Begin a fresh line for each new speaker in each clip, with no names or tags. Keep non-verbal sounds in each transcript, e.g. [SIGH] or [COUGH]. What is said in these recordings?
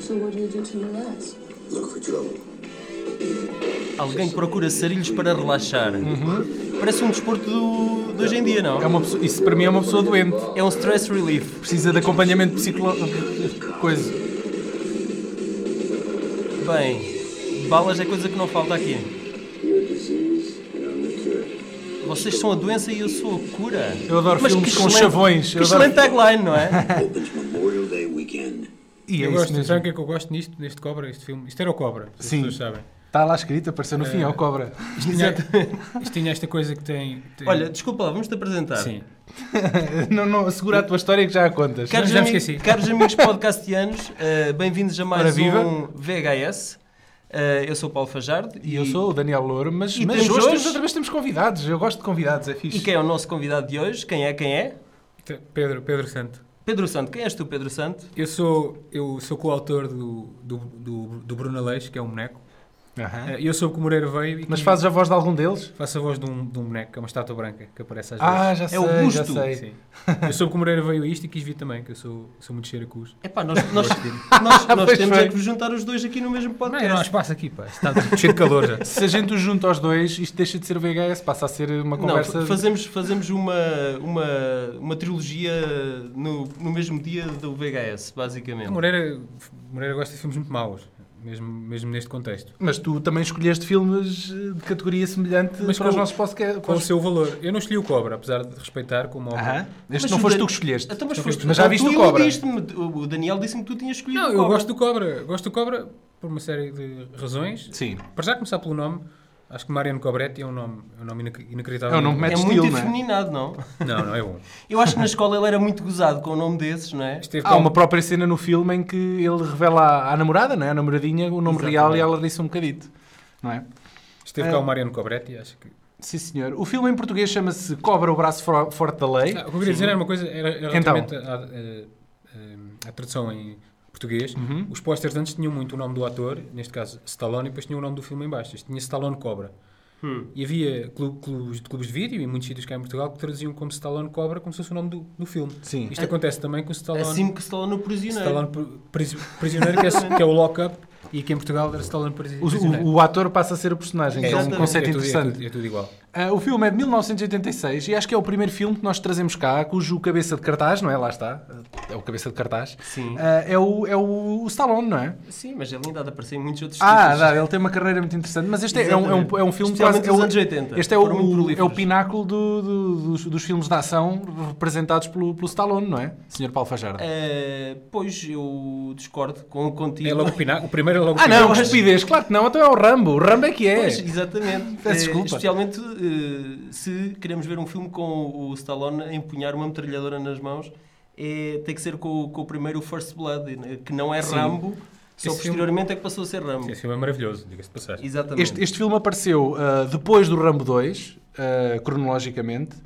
So what do you do to relax?
Look for trouble.
Alguém que procura sarilhos para relaxar.
Uhum.
Parece um desporto do- de hoje em dia, não?
É uma pessoa- isso para mim é uma pessoa doente.
É um stress relief.
Precisa de acompanhamento psicológico. Coisa.
Bem, balas é coisa que não falta aqui.
You're a disease and I'm the cure.
Vocês são a doença e eu sou a cura.
Eu adoro
Mas
filmes
que
com
excelente-
chavões.
Que
Eu adoro-
excelente tagline, não
[LAUGHS]
é?
Opens Memorial Day weekend.
E é
Eu
isso
gosto,
mesmo.
sabem o que é que eu gosto nisto, neste Cobra, este filme? Isto era o Cobra, se as
Sim.
pessoas sabem.
Está lá escrito, apareceu no fim, é o cobra.
Tinha- Isto tinha esta coisa que tem... tem-
Olha, desculpa lá, vamos-te apresentar.
Sim.
[LAUGHS] não, não, segura a tua história que já a contas.
Caros,
Já me
ami-
esqueci.
[LAUGHS]
caros amigos podcastianos, eh, bem-vindos a
Ora,
mais
viva.
um VHS. Eh, eu sou o Paulo Fajardo
E eu sou o Daniel Louro, mas,
E
mas
temos
hoje,
hoje-
temos- outra vez temos convidados. Eu gosto de convidados, é fixe.
E quem é o nosso convidado de hoje? Quem é? Quem é?
Te- Pedro, Pedro Santo.
Pedro Santo. Quem és tu, Pedro Santo?
Eu sou, eu sou coautor do, do, do, do Bruno Aleixo, que é um boneco.
Aham.
Eh, Eu sou o que o Moreira veio e
Mas
que-
fazes a voz de algum deles?
faço a voz de um, de um boneco, é uma estátua branca que aparece às
Ah,
vezes.
já sei,
o
já
Busto.
sei.
Sim. Eu soube que o Moreira veio a isto e quis vir também, que eu sou, sou muito cheiro a cus.
Epá,
[LAUGHS]
nós, nós, nós, nós
Pois
temos
foi.
é que juntar os dois aqui no mesmo
Não,
podcast.
não há espaço aqui, pá.
[LAUGHS]
Está cheio de calor já.
Se a gente os junta aos dois, isto deixa de ser VHS, passa a ser uma
Não,
conversa...
fa- fazemos, fazemos uma, uma, uma trilogia no, no mesmo dia do VHS, basicamente.
O Moreira, o Moreira gosta de filmes muito maus, mesmo, mesmo neste contexto.
Mas tu também escolheste filmes eh, de categoria semelhante
Mas
para
com-
os nossos podcasts.
Com o seu valor. Eu não escolhi o Cobra, apesar de respeitar como obra.
Aham. Este
Mas
não
o
foste
Dan-
tu que escolheste.
Então, mas, foste,
Mas já viste
tu
o Cobra?
iludiste-me. O o Daniel disse-me que tu tinhas escolhido
Não,
o
eu
Cobra.
gosto do Cobra. Gosto do Cobra por uma série de razões.
Sim.
Para já começar pelo nome, acho que Mariano Cobretti é um nome, é um nome inac- inacreditável.
É um nome que
É
mete
muito
estilo, não é?
efeminado, não?
Não, não é bom.
Eu acho que na escola ele era muito gozado com o nome desses, não é?
Esteve um
Há
tão-
Ah, uma própria cena no filme em que ele revela à, à namorada, não é? à namoradinha, o nome real e ela ri-se um bocadito. Não é?
Esteve cá o Mariano Cobretti, acho que.
Sim, senhor. O filme em português chama-se Cobra o Braço Fro- Forte da Lei.
Ah, o que eu queria dizer era uma coisa. Era, era
Então.
relativamente à, eh, à- à tradução em português.
Uhum.
Os pósteres antes tinham muito o nome do ator, neste caso Stallone, e depois tinha o nome do filme em baixo. Isto Tinha Stallone Cobra. E havia clu- clubes, clubes de vídeo e muitos sítios cá em Portugal que traduziam como Stallone Cobra como se fosse o nome do, do filme.
Sim.
Isto acontece também com o Stallone.
Assim que Stallone o prisioneiro.
Stallone pr- pris- prisioneiro, que é, que é o lock-up, e aqui em Portugal era Stallone prisi-
O,
prisioneiro.
o- o ator passa a ser o personagem, que é um
Exatamente.
conceito
é tudo, é
interessante.
tudo- é tudo igual.
Ah, o filme é de 1986 e acho que é o primeiro filme que nós trazemos cá, cujo cabeça de cartaz, não é? Lá está. É o cabeça de cartaz.
Sim.
Ah, é o, é o, o Stallone, não é?
Sim, mas ele ainda há de aparecer em muitos outros
Ah,
títulos.
dá, ele tem uma carreira muito interessante, mas este é, é um, é um- é um filme
Especialmente
é o-
dos anos 80.
Este é o,
Foram muito
o- é o
prolíferos.
pináculo do- do- dos, dos filmes de ação representados pelo, pelo Stallone, não é? Senhor Paulo Fajardo.
Eh, pois eu discordo com, contigo.
É logo o piná- o primeiro é logo o
ah, não,
pináculo.
estupidez, claro que não, então é o Rambo, o Rambo é que é.
[LAUGHS] Pois, exatamente.
[LAUGHS] Peço
Eh,
desculpa.
Especialmente eh, se queremos ver um filme com o Stallone a empunhar uma metralhadora nas mãos, é, tem que ser com, o- com o primeiro First Blood, né, que não é Rambo, só
Esse
posteriormente é que passou a ser Rambo.
Sim, Esse filme é maravilhoso, diga-se de passagem.
Exatamente.
Este, este filme apareceu ah, depois do Rambo 2, ah, cronologicamente,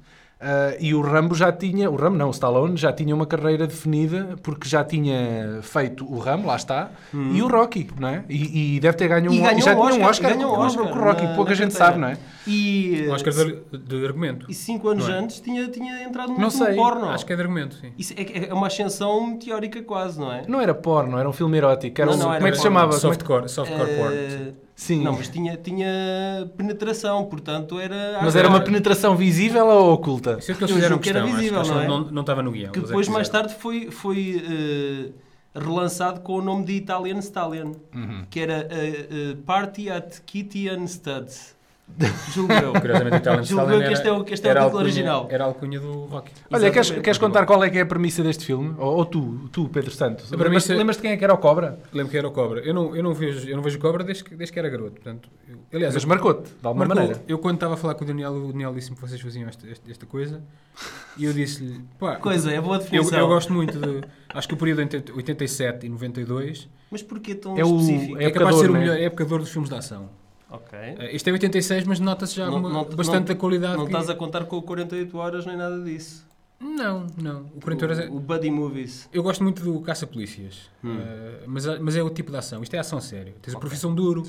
ah, e o Rambo já tinha, o Rambo não, o Stallone já tinha uma carreira definida, porque já tinha feito o Rambo, lá está, e o Rocky, não é? E, e deve ter ganho um,
Uhum. E ganhou
já
um
tinha um
Oscar,
Oscar,
ganhou um
com o-
Oscar
com o Rocky,
na-
pouca
na
gente
carteira.
sabe, não é?
E,
O
eh,
Um Oscar de, de argumento.
e cinco anos
Não é?
antes tinha, tinha entrado
Não
num
sei,
filme porno.
Acho que é de argumento, sim.
Isso é, que- é uma ascensão meteórica quase, não é?
Não era porno, era um filme erótico. Era
Não,
um-
não,
como
era
é que se
porno.
chamava? Como é que-
Softcore, softcore porn.
Eh,
Sim.
Não, mas
mas,
tinha, tinha penetração, portanto era...
era uma
Ah,
penetração visível ou oculta?
Isso é o que
Eu
eles fizeram
julgo que era
questão, acho que
visível,
acho
não
que
é?
não, não estava no guião.
Que
eles é
depois, mais
fizeram.
tarde, foi, foi eh, relançado com o nome de Italian Stallion,
Uhum.
que era eh, eh, Party at Kitty and Studs. Julgo eu.
[LAUGHS] Curiosamente,
[LAUGHS]
o Talent
Julgo
Stalin
eu que este é o- que este é o
era
título
alcunha-
original.
Era a alcunha do Rocky.
Olha, queres,
Exatamente.
queres contar qual é que é a premissa deste filme? Ou, ou tu, tu, Pedro Santos?
A
Lembras,
premissa-
lembras-te quem é que era o Cobra?
Lembro que era o Cobra. Eu não, eu não, vejo, eu não vejo o Cobra desde que, desde que era garoto. Portanto, eu- aliás,
Mas
eu-
marcou-te, de alguma
Marcou.
maneira.
Eu quando estava a falar com o Daniel, o Daniel disse-me que vocês faziam esta, esta- esta coisa e eu disse-lhe, pá,
Coisa, é boa
eu,
definição.
eu gosto muito de. Acho que o período entre 87 e 92
Mas porquê tão
É o-
específico?
É
é capaz de ser o
época de ouro,
melhor
né?
época de ouro dos filmes de ação.
Ok.
Eh, Este é 86, mas nota-se já uma- bastante
não-
a qualidade.
Não
que-
estás a contar com o 48 horas nem nada disso.
Não, não. O 40 horas é-
O, o Buddy Movies.
Eu gosto muito do Caça-Polícias,
Hum.
eh, mas, mas é o tipo de ação. Isto é ação sério. Tens o Profissão Duro,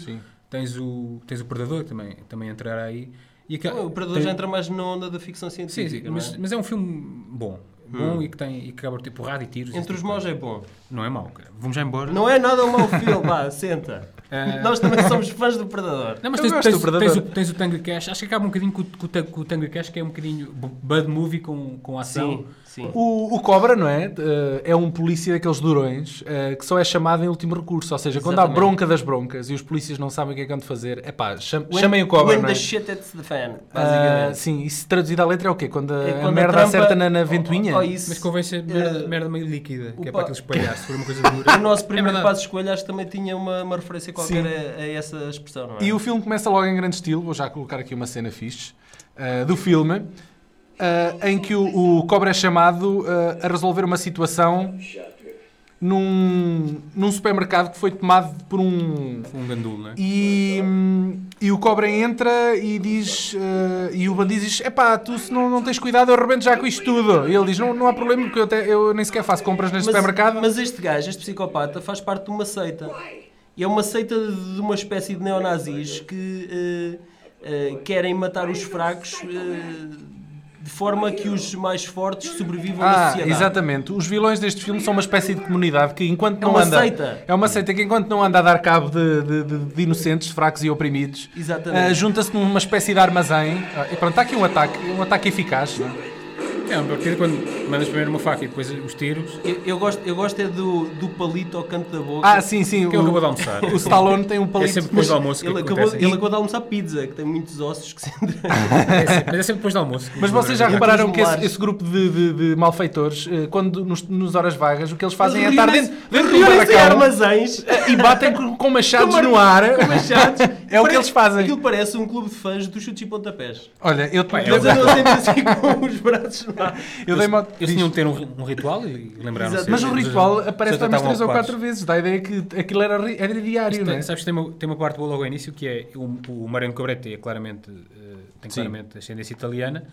tens o, tens o Predador, que também, também entrará aí. E aquela-
Então,
Então, o Predador
tem-
já entra mais na onda da ficção
Sim,
científica,
sim,
não é? Hum.
mas, mas é um filme bom. bom e que tem e que acaba de ter porrada e tiros. e esse
Entre os
tipo de
maus é bom.
coisa. Não é mau, cara. Vamos já embora.
Não é nada um mau filme, vá, senta.
É.
Ah,
Nós também somos fãs do Predador.
Não, mas
Eu
tens,
gosto
tens,
do Predador.
tens o, tens o Tango e Cash. Acho que acaba um bocadinho com, o- com, o Tan- com o Tango e Cash, que é um bocadinho b- bad movie com, com ação.
Sim, sim.
O, o Cobra, não é? Eh, É um polícia daqueles durões eh, que só é chamado em último recurso. Ou seja, quando há
Exatamente.
bronca das broncas e os polícias não sabem o que é que han de fazer, é pá,
When-
chamem o Cobra,
When
não é?
the shit hits the fan,
Ah,
basicamente.
sim, isso traduzido à letra é o quê? Quando a,
É
a
quando a
merda
trampa-
acerta na, na
Oh, oh,
ventoinha?
oh, isso.
Mas convém ser merda,
Eh,
merda meio líquida, que é
opa.
para aqueles palhaços, por uma coisa
[LAUGHS]
dura.
O
É
nosso
É
primeiro
verdade.
passo de escolha acho que também tinha uma, uma referência qualquer a, a essa expressão, não é?
E o filme começa logo em grande estilo, vou já colocar aqui uma cena fixe, ah, do filme, ah, em que o, o Cobra é chamado ah, a resolver uma situação num, num supermercado que foi tomado por um...
Um gandulo, não é?
E, hum, e o Cobra entra e diz, ah, e o bandido diz, epá, tu se não, não tens cuidado eu arrebento já com isto tudo. E ele diz, não, não há problema porque eu, até, eu nem sequer faço compras neste
mas,
supermercado.
mas este gajo, este psicopata, faz parte de uma seita. E é uma seita de de uma espécie de neonazis que eh, eh, querem matar os fracos eh, de forma que os mais fortes sobrevivam na
Ah,
sociedade.
exatamente. Os vilões deste filme são uma espécie de comunidade que enquanto não
uma
anda...
seita.
É uma seita que enquanto não anda a dar cabo de, de- de- de inocentes, fracos e oprimidos,
Exatamente.
ah, junta-se numa espécie de armazém. Ah, e pronto, está aqui um ataque, um ataque eficaz. não é?
É um partido quando mandas primeiro uma faca e depois os tiros.
Eu, eu gosto, eu gosto é do, do palito ao canto da boca.
Ah, sim, sim.
é Que eu acabou de
O,
almoçar.
o Stallone tem um
É
palito...
sempre depois do almoço que
ele, acabou,
acontece.
ele acabou de almoçar pizza, que tem muitos ossos que se [LAUGHS] entram.
É sempre- mas é sempre depois do almoço. que
Mas
os
vocês já
ladrões-
repararam
os
que esse,
molares.
esse grupo de, de- de malfeitores, eh, quando nos, nos horas vagas, o que eles fazem é estar
Reúnem-se-
dentro, dentro do
reúnem-se em
barracão eh,
armazéns. [LAUGHS]
e batem com, com machados
Com
no ar.
com machados.
[LAUGHS] É o que
Pare-
eles fazem.
Aquilo parece um clube de fãs do chutes e pontapés.
Olha, eu, te-
Pá, é
eu,
Eles andam sempre assim com os braços no ar.
eu dei uma...
Eles tinham de ter um, ri- um ritual e lembraram-se.
Exato.
Mas o
Eles-
ritual
eles-
aparece
eles
pelo menos
estavam
3 ou
ocupados.
4 vezes. Dá a ideia que aquilo era, ri- era diário,
Isto
não
tem,
é?
sabes, tem uma, tem uma parte boa logo ao início que é o, o Mariano Cabrete é claramente, eh, tem claramente ascendência italiana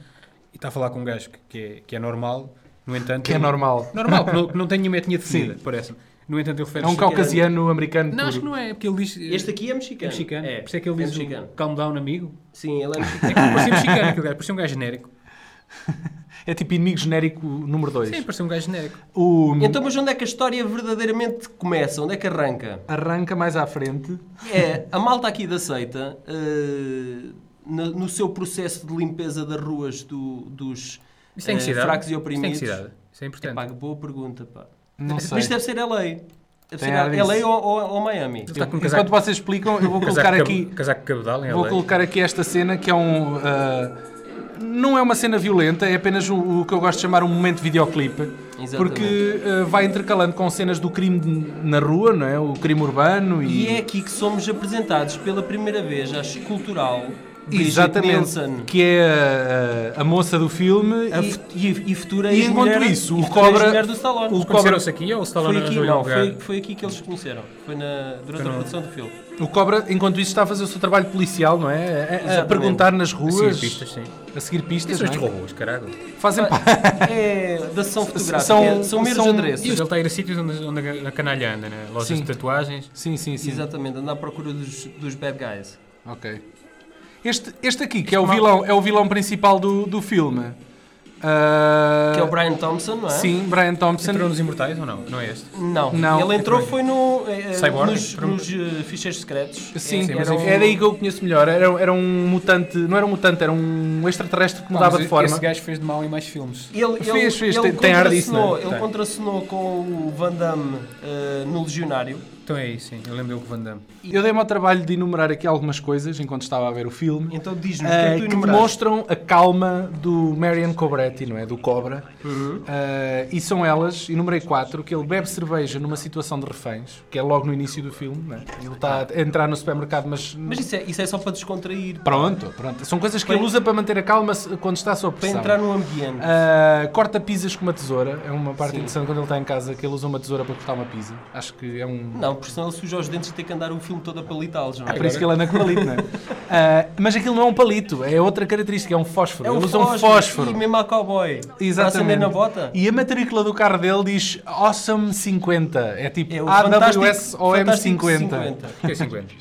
e está a falar com um gajo que, que, é, que é normal, no entanto.
Que é
ele-
normal.
Normal, que não, que não tem nenhuma
[LAUGHS]
etnia definida, parece-me. No entanto, ele refere
É um caucasiano americano.
Não, acho que
puro.
não é, porque ele diz. eh,
Este aqui é mexicano.
é mexicano.
É,
Por isso é que ele
é
diz: o
mexicano.
calm down, amigo.
Sim, ele é
[LAUGHS] É que
mexicano.
parecia mexicano aquele gajo, parecia um gajo genérico.
É tipo inimigo genérico número 2.
Sim, parecia um gajo genérico.
O
Então, mas onde é que a história verdadeiramente começa? Onde é que arranca?
arranca mais à frente.
É, a malta aqui da seita, eh, no, no seu processo de limpeza das ruas do- dos
Isso é tem
eh,
que cidade.
fracos e
Isso tem que
oprimidos.
cidade. Isso é importante.
Pá, que boa pergunta, pá.
Não sei.
Mas
é
deve ser LA. Deve
Tem
ser
ar disso.
LA ou, ou- ou Miami.
Ele está com um
Enquanto
casaco, um
vocês explicam, eu vou colocar
casaco,
aqui.
cab- casaco cabedal em
Vou
LA.
colocar aqui esta cena que é um. ah, não é uma cena violenta, é apenas o, o que eu gosto de chamar um momento videoclipe.
Exatamente.
Porque ah, vai intercalando com cenas do crime de- na rua, não é? O crime urbano
E
e.
é aqui que somos apresentados pela primeira vez, acho cultural, Brigitte
Exatamente.
Nielsen.
Que é ah, a moça do filme.
A
e-
fu- e, e futura
E
ex-mulher-
enquanto isso, o
e futura
Cobra-
ex-mulher do Stallone.
o-
Conheceram-se aqui ou o
Foi
Stallone
aqui,
arranjou-lhe um
não,
lugar?
foi, foi aqui que eles se conheceram. Foi na, durante a produção do filme.
O Cobra, enquanto isso, está a fazer o seu trabalho policial, não é? A- A, a
Exatamente.
perguntar nas
Sim,
ruas,
pistas, sim.
a seguir pistas,
São estes
não é?
robôs, caralho.
Fazem parte.
É da sessão fotográfica.
são-
é- são meros
são-
E
adereços.
ele está a ir a sítios onde, onde a canalha anda, né? Lojas
é- Sim.
de tatuagens.
Sim, sim, sim.
Exatamente, andar à procura dos, dos bad guys.
Ok. Este, este aqui, que é o vilão, é o vilão principal do, do filme. Ah,
Que é o Brian Thompson, não é?
Sim, Brian Thompson.
Entrou nos Imortais ou não? Não é este?
Não,
Não. É
ele entrou foi no, eh, eh,
Cyborg?
nos, nos eh, ficheiros secretos.
Sim,
sim, mas
era, um-
enfim.
é daí que eu o conheço melhor. Era, era um mutante, não era um mutante, era um extraterrestre que mudava de forma.
Esse gajo fez de mal em mais filmes.
Ele, ele-
Fez, fez,
ele
tem- tem ar disso,
contracenou-
não é?
Ele
Tem.
contracenou com o Van Damme eh, no Legionário.
Então é isso, sim. Eu lembro-me que Van Damme.
Eu dei-me ao trabalho de enumerar aqui algumas coisas enquanto estava a ver o filme.
Então diz-nos, o que é
Ah,
que tu
que
enumeraste?
demonstram a calma do Marion Cobretti, não é? Do Cobra.
Uhum.
Ah, e são elas, e número 4, que ele bebe cerveja numa situação de reféns, que é logo no início do filme, não é? Ele está a entrar no supermercado, mas...
Mas isso é, isso é só para descontrair,
Pronto, pronto. São coisas que ele usa para manter a calma se- quando está sob
para
pressão.
entrar no ambiente.
Ah, corta pizzas com uma tesoura. É uma parte
Sim.
interessante quando ele está em casa, que ele usa uma tesoura para cortar uma pizza. Acho que é um...
Não, porque senão ele suja os dentes e tem que andar o filme todo a palitá-los, não
É
é?
por isso que ele anda com
[LAUGHS]
palito, não é? Ah, mas aquilo não é um palito, é outra característica, é um fósforo.
É um
ele usa
fósforo,
um fósforo.
E mesmo ao cowboy. Para acender
Exatamente.
é na bota.
E a matrícula do carro dele diz Awesome 50. É tipo
É o
AWS
fantástico-
ou
fantástico
M50.
Que é [LAUGHS] 50.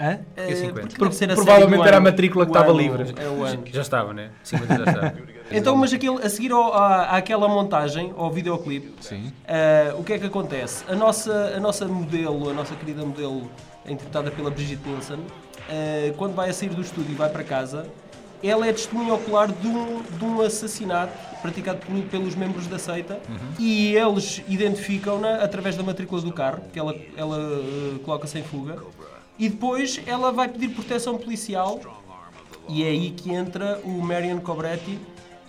Hã?
É,
50.
porque deve ser a
Provavelmente
série do
era a
ano.
matrícula que
O
estava
ano,
livre.
É o ano.
[LAUGHS] Já estava, né? 50 já estava.
Então, mas aquele, a seguir ao, à, àquela montagem, ao videoclipe,
Sim.
ah, o que é que acontece? A nossa, a nossa modelo, a nossa querida modelo, interpretada pela Brigitte Nielsen, ah, quando vai a sair do estúdio e vai para casa, ela é testemunha ocular de um, de um assassinato praticado por- pelos membros da seita e eles identificam-na através da matrícula do carro, que ela, ela ah, coloca-se em fuga. E depois ela vai pedir proteção policial e é aí que entra o Marion Cobretti,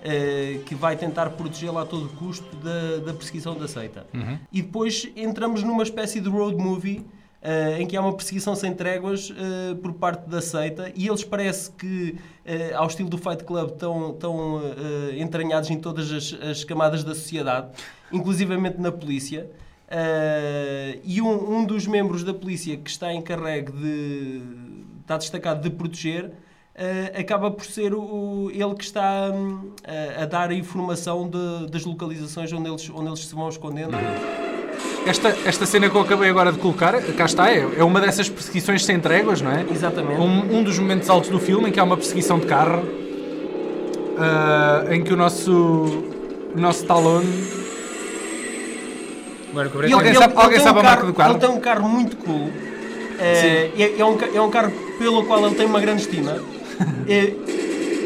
eh, que vai tentar protegê-la a todo custo da, da perseguição da seita. E depois entramos numa espécie de road movie. eh, em que há uma perseguição sem tréguas eh, por parte da seita e eles parece que, eh, ao estilo do Fight Club, estão, estão eh, entranhados em todas as, as camadas da sociedade, inclusivamente na polícia. Eh, e um, um dos membros da polícia que está encarregue de. está destacado de proteger, eh, acaba por ser o, o- ele que está hum, a, a dar a informação de- das localizações onde eles, onde eles se vão escondendo.
Uhum. Esta, esta cena que eu acabei agora de colocar, cá está, é, é uma dessas perseguições sem tréguas, não é?
Exatamente.
Um, um dos momentos altos do filme em que há uma perseguição de carro, ah, em que o nosso, o nosso Stallone
Agora,
E
cobrei
ele-
Alguém
ele-
sabe-
ele
alguém
tem
sabe a
carro-
marca do carro?
Ele tem um carro muito cool. Eh, é, é um, ca- é um carro pelo qual ele tem uma grande
[LAUGHS]
estima. Eh,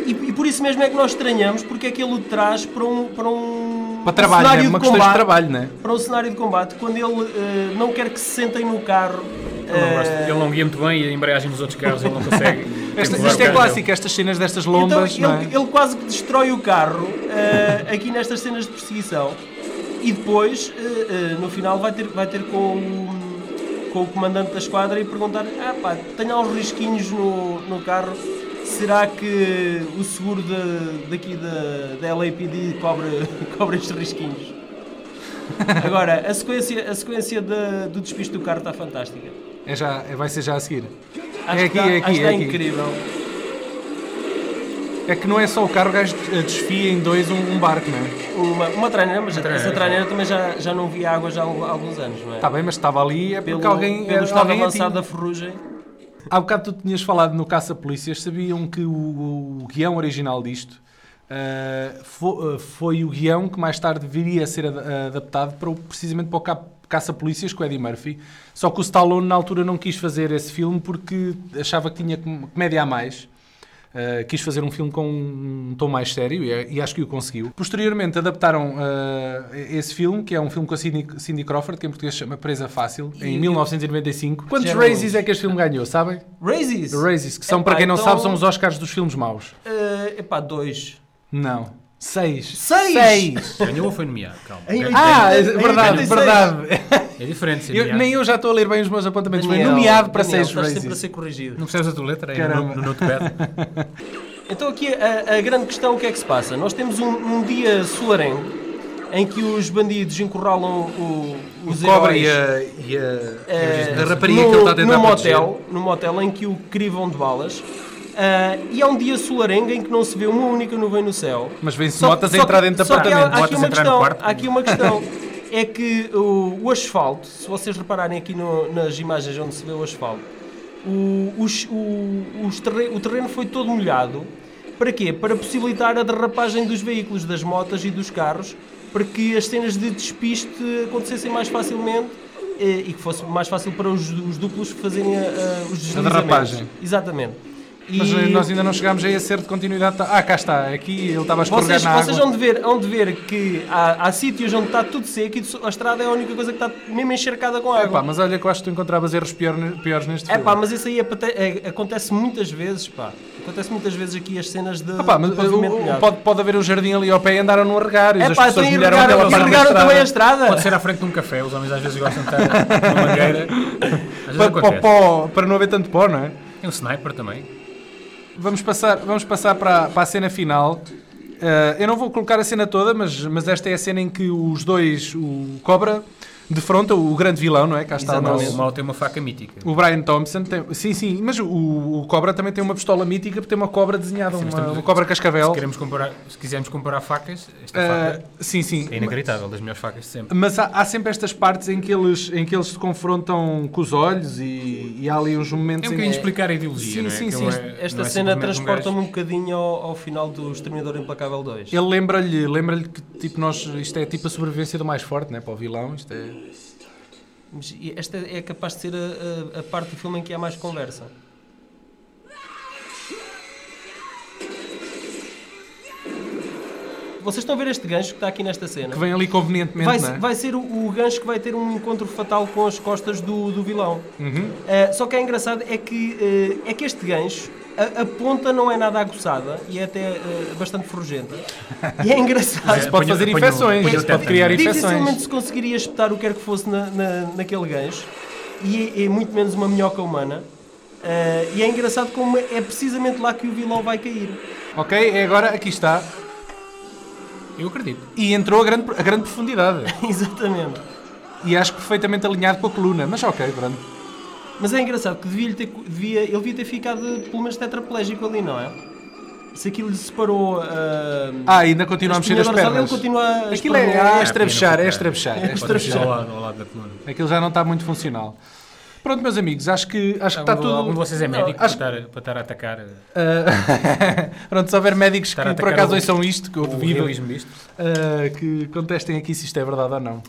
e, e por isso mesmo é que nós estranhamos porque é que ele o traz para um, para um,
para trabalho,
cenário
é
de
uma questão de
combate.
trabalho, não é?
Para um cenário de combate, quando ele eh, não quer que se sentem no carro.
Ele não,
eh,
gosta- ele não guia muito bem e a embreagem dos outros carros ele não [LAUGHS] consegue. Tem que
Esta,
levar então.
isto
o
é
carro
clássico, estas cenas destas lombas,
então,
não é?
ele, ele quase que destrói o carro eh, aqui nestas cenas de perseguição e depois, eh, eh, no final, vai ter, vai ter com, o, com o comandante da esquadra e perguntar ah pá, tenho alguns risquinhos no, no carro, será que o seguro da- daqui da, da LAPD cobre, [LAUGHS] cobre estes risquinhos? Agora, a sequência, a sequência da- do despiste do carro está fantástica.
É já, é- vai ser já a seguir.
Acho
é
que
aqui,
está,
é
acho que
aqui, é
está
aqui.
incrível.
É que não é só o carro, o gajo eh, desfia em dois um, um barco, não é?
Uma, uma traineira, mas essa traineira também já, já não via água já há alguns anos, não é?
Está Tá bem, mas estava ali é porque
pelo
alguém...
pelo
é,
estado
alguém a
avançado
tinha.
da ferrugem.
Há bocado tu tinhas falado no Caça-Polícias, sabiam que o, o guião original disto ah, fo- ah, foi o guião que mais tarde viria a ser ad- ah, adaptado para o- precisamente para o Ca- Caça-Polícias com o Eddie Murphy. Só que o Stallone na altura não quis fazer esse filme porque achava que tinha com- comédia a mais. Uh, quis fazer um filme com um tom mais sério e, e acho que o conseguiu. Posteriormente adaptaram uh, esse filme, que é um filme com a Cindy, Cindy Crawford, que em português se chama Presa Fácil, em 1995. Quantos
Geralmente.
Razzies é que este filme ganhou, sabem?
Razies!
Razzies, que são,
Epá,
para quem não
então-
sabe, são os Oscars dos filmes maus.
Eh, epá, dois.
Não. Seis.
Seis?
Seis.
Ganhou ou foi nomeado? Calma.
Em oitenta-
Ah, é
em
verdade,
86.
verdade.
É diferente ser
Eu-
nomeado.
nem eu já estou a ler bem os meus apontamentos. Foi
Daniel,
nomeado para
Daniel,
seis
estás sempre a
Razzies.
ser corrigido.
Não percebes a tua letra? É no,
Caramba.
no notepad.
Então aqui a, a grande questão, o que é que se passa? Nós temos um, um dia solarengo em que os bandidos encurralam o, os heróis.
a, e a-
eh,
da
num- num motel, num motel em que o crivam de balas. Ah, e há um dia solarengo em que não se vê uma única nuvem no céu.
Mas vem-se
Só-
motas a
só
entrar
que
dentro de
só que há-
apartamento.
Há aqui
Motas
uma
entrar no
questão.
quarto.
Há aqui uma questão. É que o, o asfalto, se vocês repararem aqui no- nas imagens onde se vê o asfalto, o, os- o- os terre- o terreno foi todo molhado. Para quê? Para possibilitar a derrapagem dos veículos, das motas e dos carros, para que as cenas de despiste acontecessem mais facilmente eh, e que fosse mais fácil para os, os duplos fazerem a- a- os deslizamentos.
derrapagem.
Exatamente. E-
Mas eh, nós ainda não chegámos a esse certo de continuidade. Ah, cá está. Aqui ele estava a escorregar
vocês,
na
vocês
água.
vão, de ver, vão de ver que há, há sítios onde está tudo seco e a estrada é a única coisa que está mesmo encharcada com
Epá,
água.
mas olha que eu acho que tu encontravas erros pior ne- piores neste
É
filme.
pá, mas isso aí é pate- é- acontece muitas vezes, pá. Acontece muitas vezes aqui as cenas de
Ah pá, mas, eh, o-
pavimento
o-
molhado.
pode, pode haver um jardim ali ao pé e andaram num regário.
É
as
pá,
pessoas
tem
molharam
regaram,
aquela parte da
regaram
um
estrada.
também a estrada.
Pode ser à frente de um café. Os homens às vezes gostam de estar numa mangueira. Às vezes
Pa- pa-
acontece.
pó- Para não haver tanto pó, não é?
Tem um sniper também.
Vamos passar, vamos passar para, a- para a cena final. Eh, eu não vou colocar a cena toda, mas, mas esta é a cena em que os dois, o Cobra, defronta o grande vilão, não é? Cá está o
Exatamente.
nosso-
O mal tem uma faca mítica.
O Brian Thompson tem. Sim, sim, mas o, o Cobra também tem uma pistola mítica, porque tem uma cobra desenhada,
Sim, mas
uma,
estamos-
uma cobra
Se,
cascavel.
queremos comparar, se quisermos comparar facas, esta
Ah,
faca
sim, sim.
é inacreditável, das melhores facas de sempre.
Mas há, há sempre estas partes em que, eles, em que eles se confrontam com os olhos e, e há ali uns
É
momentos
um
em
bocadinho
que.
explicar a ideologia,
Sim,
não é?
sim,
Que
sim.
não é-
Esta-
não é
Esta
simplesmente
cena
um gajo-
transporta-me um bocadinho ao, ao final do Exterminador Implacável 2.
Ele lembra-lhe lembra que tipo, nós, isto é tipo a sobrevivência do mais forte, né? Para o vilão, isto é.
Mas e esta é capaz de ser a, a- a parte do filme em que há mais conversa. Vocês estão a ver este gancho que está aqui nesta cena?
Que vem ali convenientemente,
Vai,
não é?
vai ser o, o gancho que vai ter um encontro fatal com as costas do, do vilão.
Uhum.
Uh, só que é engraçado é que, uh, é que este gancho, a, a ponta não é nada aguçada e é até uh, bastante ferrugenta. E é engraçado.
Se pode
Ponha-
fazer
ponha o-
infecções,
ponha o
se pode
teto,
criar
não é?
Dificilmente
infecções.
se conseguiria espetar o que quer que fosse na, na- naquele gancho. E é, é muito menos uma minhoca humana. Uh, e é engraçado como é precisamente lá que o vilão vai cair. [LAUGHS]
Ok, é agora, aqui está.
Eu acredito.
E entrou a grande, a grande profundidade.
Exatamente.
E acho perfeitamente alinhado com a coluna. Mas ok, pronto.
Mas é engraçado que devia, ter, devia, ele devia ter ficado pelo menos tetraplégico ali, não é? Se aquilo lhe separou. ah,
Ah, ainda continua a mexer as
espinha dorsal,
pernas.
Ele continua a
Aquilo é,
espernear.
ah, é estrabichar, é
pena,
estrabichar. é
Pode ser
estrabichar.
ao lado, ao lado da coluna.
Aquilo já não está muito funcional. Pronto, meus amigos, acho que, acho que está
Algum- Ah, Algum de
tudo.
vocês é médico
acho-
para, estar, para estar a atacar eh,
Ah, [LAUGHS] pronto, se houver médicos
Estar a
que por
atacar
acaso
o-
ouçam isto, que eu
o
duvido,
realismo disto?
ah, que contestem aqui se isto é verdade ou não.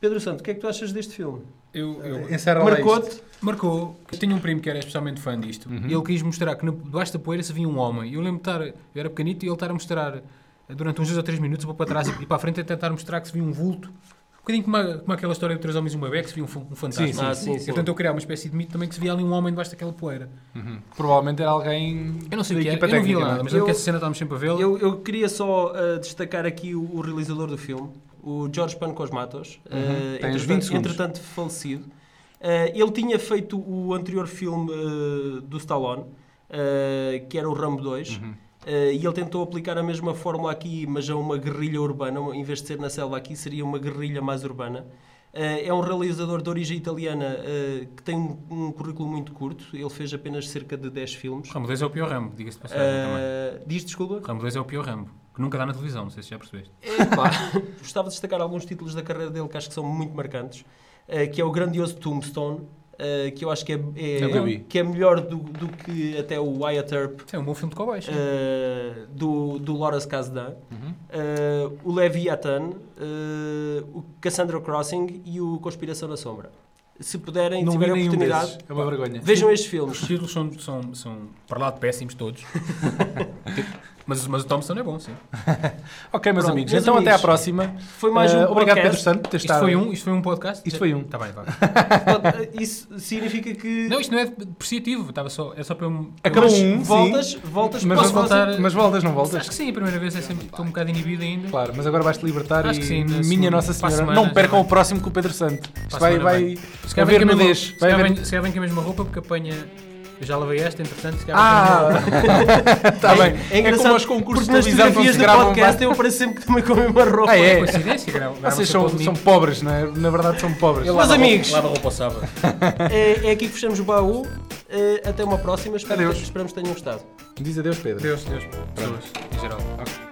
Pedro Santo, o que é que tu achas deste filme?
Eu, eu-
Encerra
Marcou-te?
Marcou. Eu tenho um primo que era especialmente fã disto. E ele quis mostrar que na- debaixo da poeira se via um homem. E eu lembro de estar... Eu era pequenito e ele estar a mostrar eh, durante uns dois ou três minutos, vou para trás e para a frente a tentar mostrar que se via um vulto. Um bocadinho como, a- como aquela história de três homens e uma beca, que se via um, fa- um fantasma.
Sim, sim,
Ah, sim, sim.
Eu tentou criar uma espécie de mito também que se via ali um homem debaixo daquela poeira.
Provavelmente era alguém.
Eu não sei
da
o que
equipa
era, eu não vi
técnica,
lá
não é?
nada, mas eu lembro
Eu-
que essa cena estávamos sempre a vê-la.
Eu, eu queria só ah, destacar aqui o, o realizador do filme, o Jorge Pan Cosmatos, ah,
Uhum, Tem uns
entretanto-
20 segundos.
entretanto falecido. Ah, ele tinha feito o anterior filme ah, do Stallone, ah, que era o Rambo 2.
Uhum.
ah, e ele tentou aplicar a mesma fórmula aqui, mas a uma guerrilha urbana. Em vez de ser na selva aqui, seria uma guerrilha mais urbana. Ah, é um realizador de origem italiana ah, que tem um, um currículo muito curto. Ele fez apenas cerca de 10 filmes.
Rambo 2 é o pior Rambo, diga-se de passagem também.
Ah, diz desculpa?
Rambo 2 é o pior Rambo, que nunca dá na televisão, não sei se já percebeste.
Epá, [LAUGHS] gostava de destacar alguns títulos da carreira dele que acho que são muito marcantes, eh, que é o grandioso Tombstone, eh, que eu acho que é, é-
Nunca vi.
que é melhor do, do que até o Wyatt Earp
Isso é um bom filme de cowboys.
eh, do, do Loras Kasdan,
Uhum.
eh, o Leviathan, eh, o Cassandra Crossing e o Conspiração da Sombra. Se puderem,
Não vi
tiverem
nenhum
oportunidade,
desses. É uma vergonha.
vejam estes filmes.
Os títulos são, são, são para lá de péssimos todos. mas, mas o Thompson é bom, sim.
Ok, meus
Pronto,
amigos,
meus
então até à
amigos.
próxima.
Foi mais um
Ah, Obrigado, Pedro
podcast.
Santo, por ter
Isto
estado.
foi, um, isto foi um podcast?
tá Isto foi um.
Está bem, vá.
eh, Isso significa que
Não, isto não é depreciativo. Estava só, é só para eu... me-
Acabou um,
voltas,
sim.
voltas
Mas,
posso
vamos
voltar.
voltar-
mas voltas, não
Eu-
voltas?
Acho que sim, a primeira vez é sempre, estou um bocado inibido ainda.
Claro, mas agora vais-te libertar
Acho
e
que sim, na
minha
segunda-
Nossa
para a
Senhora.
semana
não
já
percam
vai.
o próximo com o Pedro Santo. Isto
Para a
vai,
semana
vai
vem. Se calhar vem
haver
com a mesma-
nudez.
se
Vai
calhar
haver...
vem- Se calhar vem com a mesma roupa, porque apanha... Eu já lavei esta, entretanto, se calhar vem com a
Ah!
mesma
[LAUGHS] Está Tá bem.
É engraçado
como aos concursos
porque
de
nas
televisão quando
fotografias
se
do
gravam
podcast eu apareço sempre que também com a mesma roupa.
Ah, é?
roupa. Coincidência, grava- grava-se
Vocês são,
todo
são
nítido.
pobres, não é? Na verdade são pobres.
Meus amigos,
Lava a roupa ao sábado.
é, é aqui que fechamos o baú. Eh, até uma próxima. Espero,
Adeus.
esperamos que tenham gostado.
Diz adeus, Pedro.
Deus, Deus. Pessoas, em geral.
Ok.